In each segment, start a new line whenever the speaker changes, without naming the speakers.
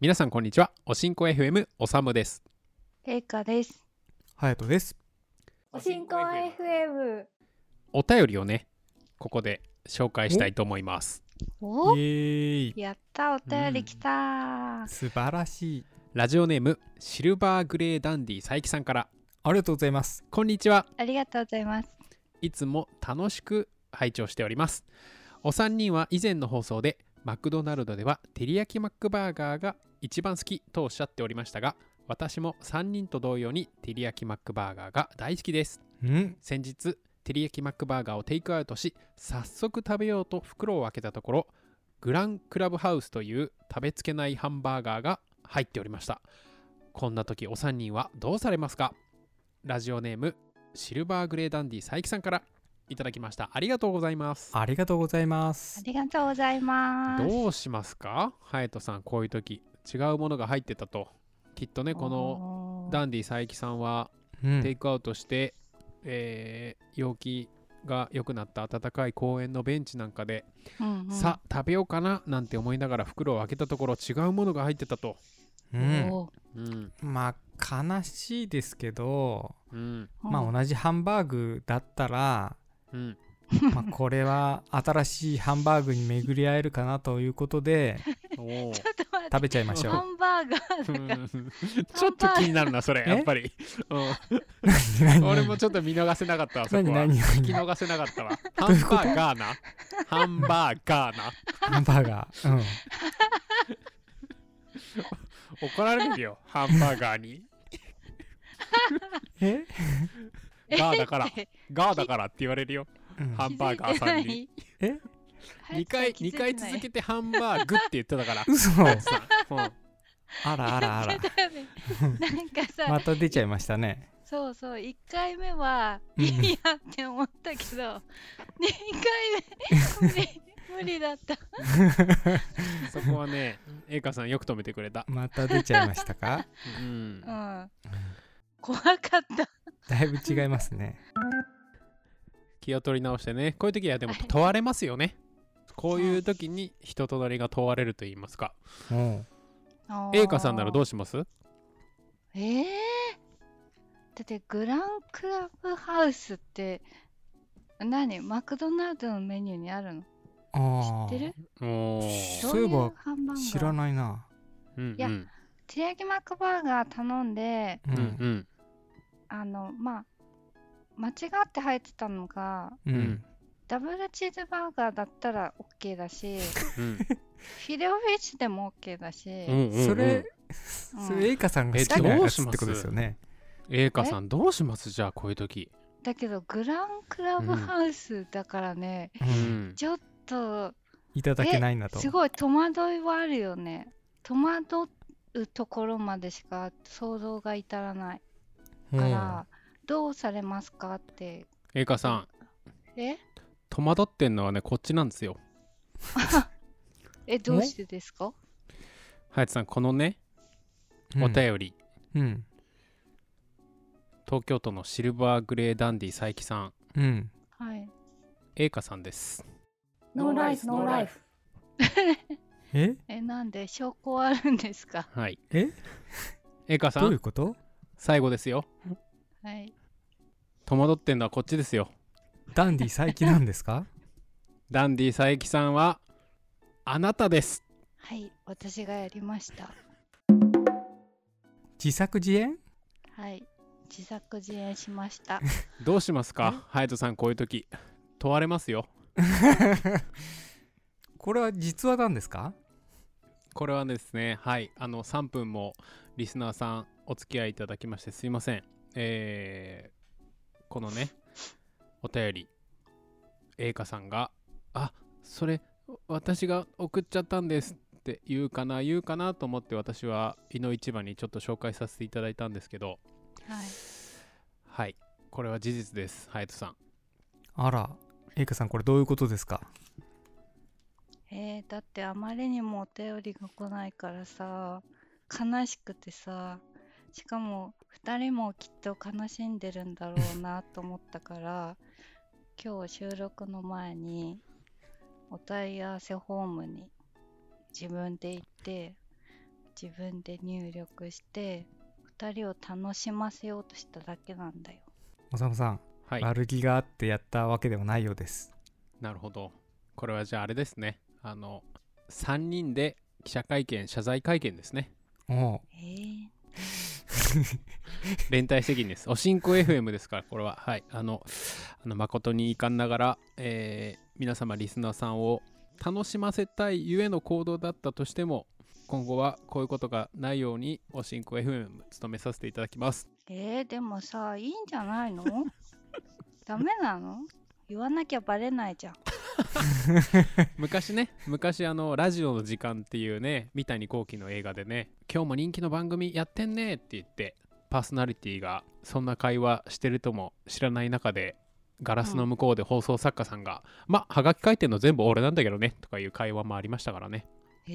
皆さんこんにちはおしんこ FM おさむです
えいかです。
ハヤトです。
おしんこ FM。
お便りをねここで紹介したいと思います
イエ
お
ーイ
やった、お便り来たー。
素晴らしい。
ラジオネームシルバーグレーダンディ佐伯さんから
ありがとうございます。
こんにちは
ありがとうございます。
いつも楽しく拝聴しておりますお三人は以前の放送でマクドナルドでは照り焼きマックバーガーが一番好きとおっしゃっておりましたが私も3人と同様に照り焼きマックバーガーが大好きです
うん
先日照り焼きマックバーガーをテイクアウトし早速食べようと袋を開けたところグランクラブハウスという食べつけないハンバーガーが入っておりましたこんな時お三人はどうされますかラジオネームシルバーグレーダンディ佐伯さんからいただきましたありがとうございます
ありがとうございま
あ
す。
りがとうございます。
どうしますかハヤトさんこういう時違うものが入ってたときっとねこの
の
ダンディ佐伯さんは
う
テイ
ん、
クアウトして、えー陽気が良くなった暖かい公園のベンチなんかで、
うんうん
さあ食べようかななんて思いながら袋を開けたところ違うものが入ってたと。
うん、
おー
うん
まあ悲しいですけど、
うん
まあ同じハンバーグだったら、
うん
まあこれは新しいハンバーグに巡り合えるかなということで
おー
ちょっと待って
食べちゃいましょ
ハ
う。
ンバーガ
う
ーだから。
んちょっと気になるなそれ
え
やっぱり、う
何
ん、俺もちょっと見逃せなかったわそこ
何
は聞
何何
き逃せなかったわハンバーガーなハンバーガーな
ハンバーガー。うん。
怒られるよハンバーガーに
え、
ガーだから
え
ガーだからって言われるよ
うん
ハンバーガーさんに。
気づいて
え
ない
2回二回続。けてハンバーグって言ってた から
嘘
さうん
あらあらあ
早
ら
く。気づいて ないなんかさ、
また出ちゃいましたね。
そうそう、一回目は、
うん
いいやって思ったけど、二回目、無理無理だった。
そこはね、エイカさんよく止めてくれた。
また出ちゃいましたか。
うん
う。ん。怖かった。
だいぶ違いますね。
気を取り直してね、こういう時はでも
はい
問われますよね。こういう時に人となりが問われると言いますか。
うん。
エイカさんならど
う
うします
ええだってグランクラブハウスって何マクドナルドのメニューにあるの
ああ
知ってる
お
ー
ー
ど
そういえば
うハンバーガー
知らないな。
うん
いや
うん
照り焼きマックバーガー頼んで
う。
うんん
あのまあ間違って入ってたのが
う
うん
ん。
ダブルチーズバーガーだったら OK だし
うん
フィレオフィッシュでも OK だし、
うんうん
それ、
うん
それ、エイカさんが
え
好きな
どう
や
し
つ
ま
っ
す
てことですよね。
エイカさんどうしますじゃあこういう時
だけどグランクラブハウスだからね、
う。
うんん
ちょっと
いただけないなと。
すごい戸惑いはあるよね戸惑うところまでしか想像が至らない
うん
から、どうされますかって
エイカさん
え
戸惑ってんのはねこっちなんですよ
えどうしてですか
ハヤトさんこのね
うん
お便り
うん。
東京都のシルバーグレーダンディ佐伯さん
うん。
はい
エイカさんです
ノーライフ、ノーライフ。
え
えなんで証拠はあるんですか
はい
え
エイカさ
どういうんこと
最後ですよ
はい
戸惑ってんのはこっちですよ
ダンディ最近なんですか
ダンディ佐伯さんはあなたです
はい私がやりました
自作自演
はい自作自演しま した
どうしますかハヤトさんこういう時問われますよ
これは実話なんですか
これはですねはいあの3分もリスナーさんお付き合いいただきましてすいませんえー、このねお便りエイカさんが「あそれ私が送っちゃったんです」って言うかな言うかなと思って私は井の市場にちょっと紹介させていただいたんですけど
はい
はいこれは事実ですハヤトさん
あら、エイカさんこれどういうことですか
えー、だってあまりにもお便りが来ないからさ悲しくてさしかも2人もきっと悲しんでるんだろうなと思ったから今日収録の前にお問い合わせホームに自分で行って自分で入力して2人を楽しませようとしただけなんだよ
おさむさん、
はい。
悪気があってやったわけでもないようです
なるほど。これはじゃああれですね。あの、3人で記者会見、謝罪会見ですね。
お
えー、
連帯責任です。おしんこ FM ですから、これは。はい。あの、あの誠に遺憾ながら、えー皆様、リスナーさんを楽しませたいゆえの行動だったとしても、今後はこういうことがないように、おしんこ FM 務めさせていただきます。
えー、でもさいいんじゃないの ダメなの言わなきゃバレないじゃん
昔ね昔あの「ラジオの時間」っていうね三谷幸喜の映画でね「今日も人気の番組やってんね」って言ってパーソナリティがそんな会話してるとも知らない中でガラスの向こうで放送作家さんが「まあはがき書いてんの全部俺なんだけどね」とかいう会話もありましたからね、
え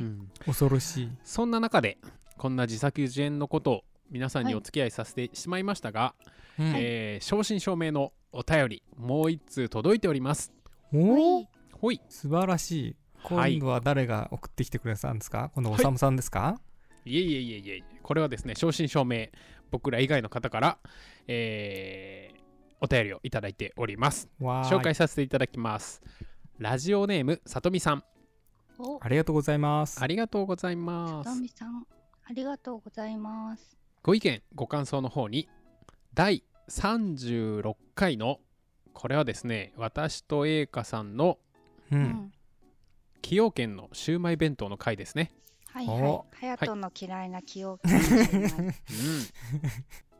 ー
うん
恐ろしい
そんな中でこんな自作自演のことを皆さんにお付き合いさせてしまいましたが、
うん
えー正真正銘のお便りもう一通届いております
おお
ほい
素晴らしい
はい
今度は誰が送ってきてくれたんですかこのおさむさんですか
いえいえいえいえ、これはですね、正真正銘、僕ら以外の方から、えーお便りをいただいております。
わーい
紹介させていただきます。ラジオネーム、さとみさん、
お
ありがとうございます
ありがとうございま
と
す。
みさんありがとうございます
ご意見、ご感想の方に、第36回の、これはですね、私と栄華さんの
う、
うん
崎陽軒のシウマイ弁当の回ですね。
はい
お
はい隼人の嫌いな記 憶かもしれな
う
い
ん、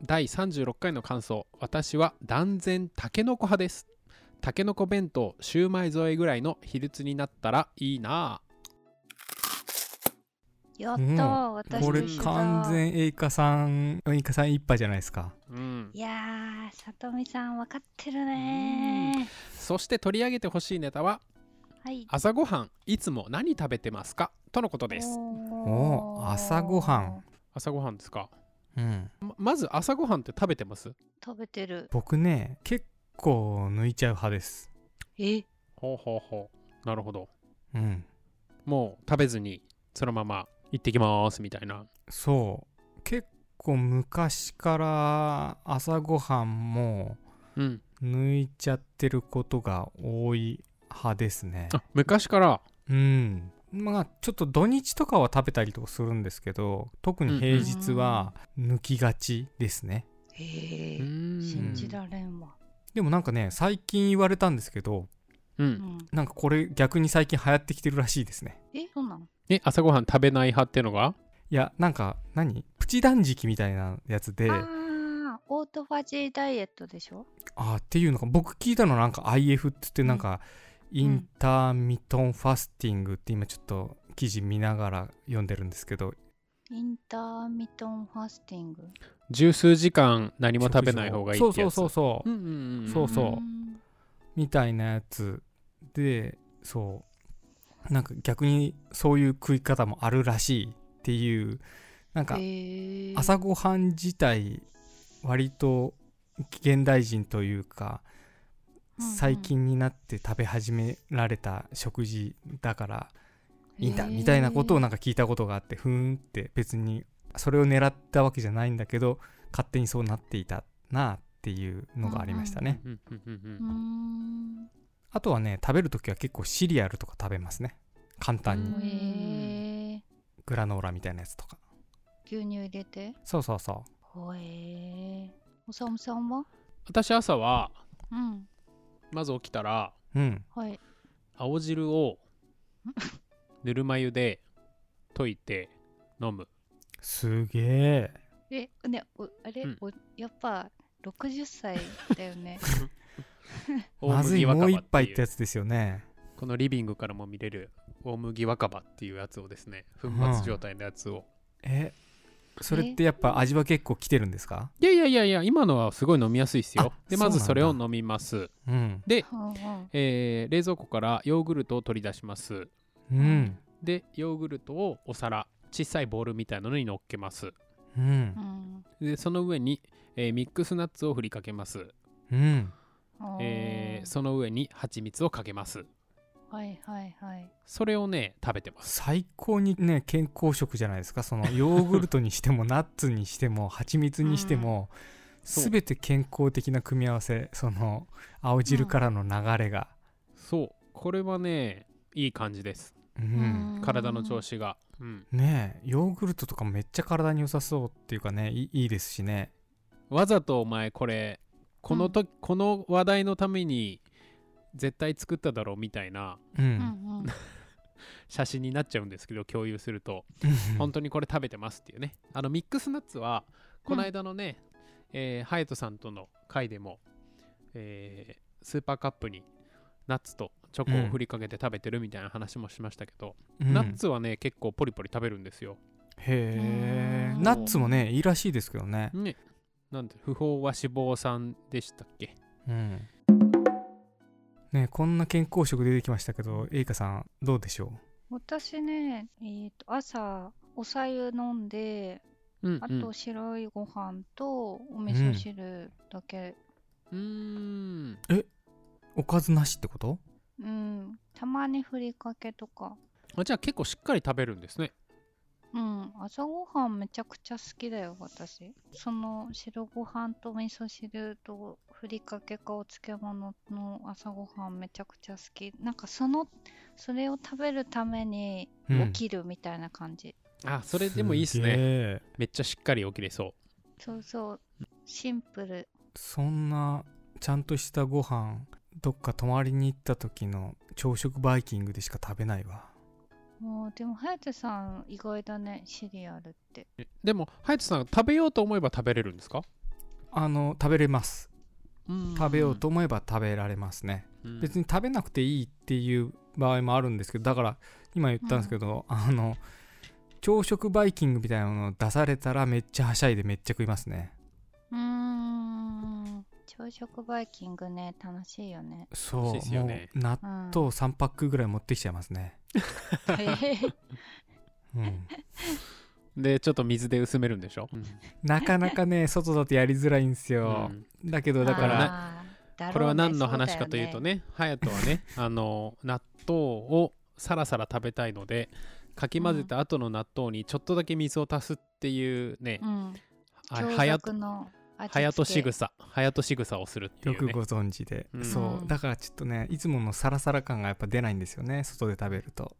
第36回の感想私は断然タケノコ派ですタケノコ弁当シューマイ添えぐらいの比率になったらいいなあ
やったー、私
ことれ
一緒だ
完全栄華さん栄華さん一派じゃないですか
うん
いやーさとみさん分かってるね
そして取り上げてほしいネタは
ーはい
朝ごはんいつも何食べてますかとのことです
お
おー朝ごはん
朝ごはんですか
うん
ままず朝ごはんって食べてます
食べてる
僕ね結構抜いちゃう派です
え
ほうほうほうなるほど
うん
もう食べずにそのまま行ってきますみたいな
そう結構昔から朝ごはんも
うん
抜いちゃってることが多い派ですね
あ昔から
うんまあちょっと土日とかは食べたりとかするんですけど特に平日は抜きがちですね、
えー
うん
信じられんわ、
でもなんかね最近言われたんですけど
う
うんん、
なんかこれ逆に最近流行ってきてるらしいですね
えそうなん
え朝ごはん食べない派ってのが
いやなんか何プチ断食みたいなやつで
あ
あ
あオートファジーダイエットでしょ
あーっていうのか僕聞いたのなんか IF って言ってなんか、インターミトンファスティングって今ちょっと記事見ながら読んでるんですけど
インターミトンファスティング
十数時間何も食べない方がいいって
そ
や
う
つ
そうそうそう、
んうんん
そうそうんみたいなやつでそうなんか逆にそういう食い方もあるらしいっていうなんか
へー
朝ごはん自体割と現代人というか
うんうん
最近になって食べ始められた食事だからいいんだみたいなことをなんか聞いたことがあってふーんって別にそれを狙ったわけじゃないんだけど勝手にそうなっていたなっていうのがありましたね
うんうんうんうん
うーん
あとはね食べるときは結構シリアルとか食べますね簡単に
うん
へー
グラノーラみたいなやつとか
牛乳入れて
そうそうそ
ほえーおさむさんは
私朝は
うん
まず起きたら
ううん
はい
青汁 をぬるま湯で溶いて飲む
すげえ
えねおあれ、
うん
おやっぱ60歳だよ ね
大
まず
麦
い
若
も
葉
う
て
一杯ってやつですよね
このリビングからも見れる大麦若葉っていうやつをですね粉末状態のやつを、
えそれってやっぱ味は結構きてるんですか
いやいやいやいや今のはすごい飲みやすいっすよ
あ
でまず
そ
そう
な
れ
んだ
を飲みます
うん
で、
うんうん
えー冷蔵庫からヨーグルトを取り出します
うん
でヨーグルトをお皿小さいボールみたいなのに乗っけます
うん
うん
でその上に、えーミックスナッツを振りかけます、
うん
おー
えーその上に蜂蜜をかけます
はいはいはい。
それをね食べてます
最高にね健康食じゃないですか そのヨーグルトにしてもナッツにしても蜂蜜にしても、
そう
全て健康的な組み合わせその青汁からの流れが、
そうこれはねいい感じです
うん
体の調
子。
子がうん
ねえヨーグルトとかめっちゃ体に良さそうっていうかねいいいですしね
わざとお前これこの時、この話題のために絶対作っただろうみたいな
うん、
うんうん。
写真になっちゃうんですけど共有する と本当にこれ食べてますっていうねあのミックスナッツはこの間のね、えーハヤトさんとの回でも、えースーパーカップにナッツとチョコをふりかけて食べてるみたいな話もしましたけど、
うん
ナッツはね結構ポリポリ食べるんですよ、
へ
う
え
ん
ナッツもねいいらしいですけどね、
ねなんで不飽和脂肪酸でしたっけ
うん、ねえこんな健康食出てきましたけどエイカさんどうでしょ
私ね、えっと朝おさゆ飲んで、
うん
あ
うん
と白いご飯とお味噌汁だけ。
うーん
うおかずなしってこと
うん。たまにふりかけとか。
あじゃあ結構しっかり食べるんですね
うん、朝ごはんめちゃくちゃ好きだよ、私。その白ご飯と味噌汁とふりかけかお漬物の朝ごはんめちゃくちゃ好き。なんかその、それを食べるために
うん
起きるみたいな感じ。
あそれでもいいっす
げ
ね
え
めっちゃしっかり起きれそ
そうそう、シンプル。
そんなちゃんとしたご飯どっか泊まりに行った時の朝食バイキングでしか食べないわ
もうでも、颯さん意外だね、シリアルって。
うえでもハヤトさん食べようと思えば食べれるんですか
あの食べれます食べようと思えば食べられますね、
うん
別に食べなくていいっていう場合もあるんですけどだから今言ったんですけど、あの朝食バイキングみたいなのを出されたらめっちゃはしゃいでめっちゃ食いますね
うーん、朝食バイキングね、楽しいよね。
そう
そうですよね
もう納
うん。
豆3パックぐらい持ってきちゃいますね、うん、
でちょっと水で薄めるんでしょ、
なかなかね外だとやりづらいんです
う
よ、
ん
だけどだから
ね
あー、だろうね
これは何の話かというと。
そだよ
ね隼人はねあの納豆をさらさら食べたいのでかき混ぜた後の納豆にちょっとだけ水を足すっていうね、
うん。
あ
朝
隼
食
人
の
隼人仕
グ
草隼人仕草をするってい
よ
う、
く
ね、
ご存知で、
うん
そうだからちょっとねいつものサラサラ感がやっぱ出ないんですよね外で食べると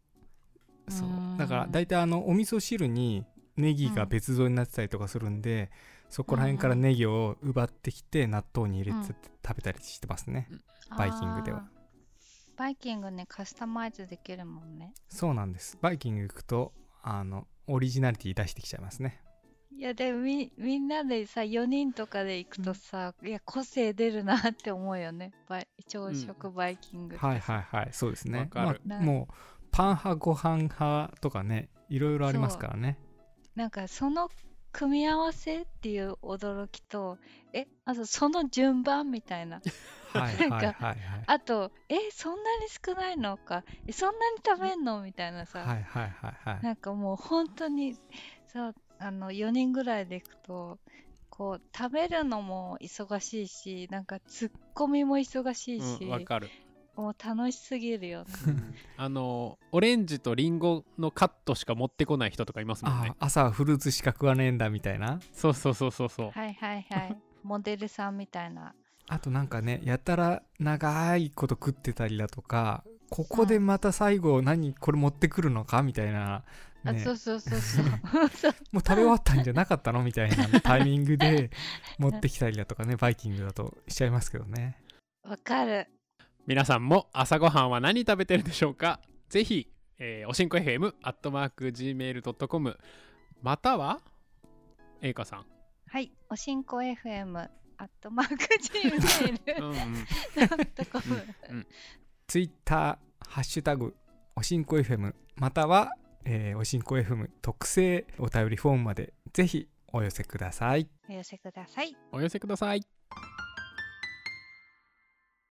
そう
うん
だから大体あのお味噌汁にネギが別添えになってたりとかするんで、そこら辺からネギを奪ってきて納豆に入れて食べたりしてますね、バイキングでは。
あーバイキングね、カスタマイズできるもんね。
そうなんですバイキング行くとあのオリジナリティ出してきちゃいますね
いやでもみみんなでさ4人とかで行くとさ、いや個性出るなって思うよねバイ朝食バイキングってさ、
はいはいはいそうです
わ
ね、
かる
まあもうパン派ご飯派とかねいろいろありますからね
なんかその組み合わせっていう驚きとえあとその順番みた いな
はいはいはい
なん
はい
あとえそんなに少ないのかえそんなに食べんのみたいなさ、
はいはいはいはい
なんかもう本当にさあの4人ぐらいで行くとこう食べるのも忙しいしなんかツッコミも忙しいし、
うんわかる
もう楽しすぎるよね。
あのオレンジとリンゴのカットしか持ってこない人とかいますもんね
ああ朝はフルーツしか食わねえんだみたいな
そうそうそうそうそう、
はいはいはい。モデルさんみたいな。
あとなんかねやたら長いこと食ってたりだとかここでまた最後何これ持ってくるのかみたいな、
あ、
ね、
そうそうそうそう。
もう食べ終わったんじゃなかったのみたいなタイミン グで持ってきたりだとかねバイキングだとしちゃいますけどね
わかる。
皆さんも朝ごはんは何食べてるでしょうかぜひ、えーおしんこ FM アットマーク Gmail.com またはえいかさん、
はい。おしんこ FM、アットマーク Gmail.com。
Twitter「ハッシュタグおしんこ FM」または、えーおしんこ FM 特製お便りフォームまでぜひお寄せください
お寄せください。
お寄せください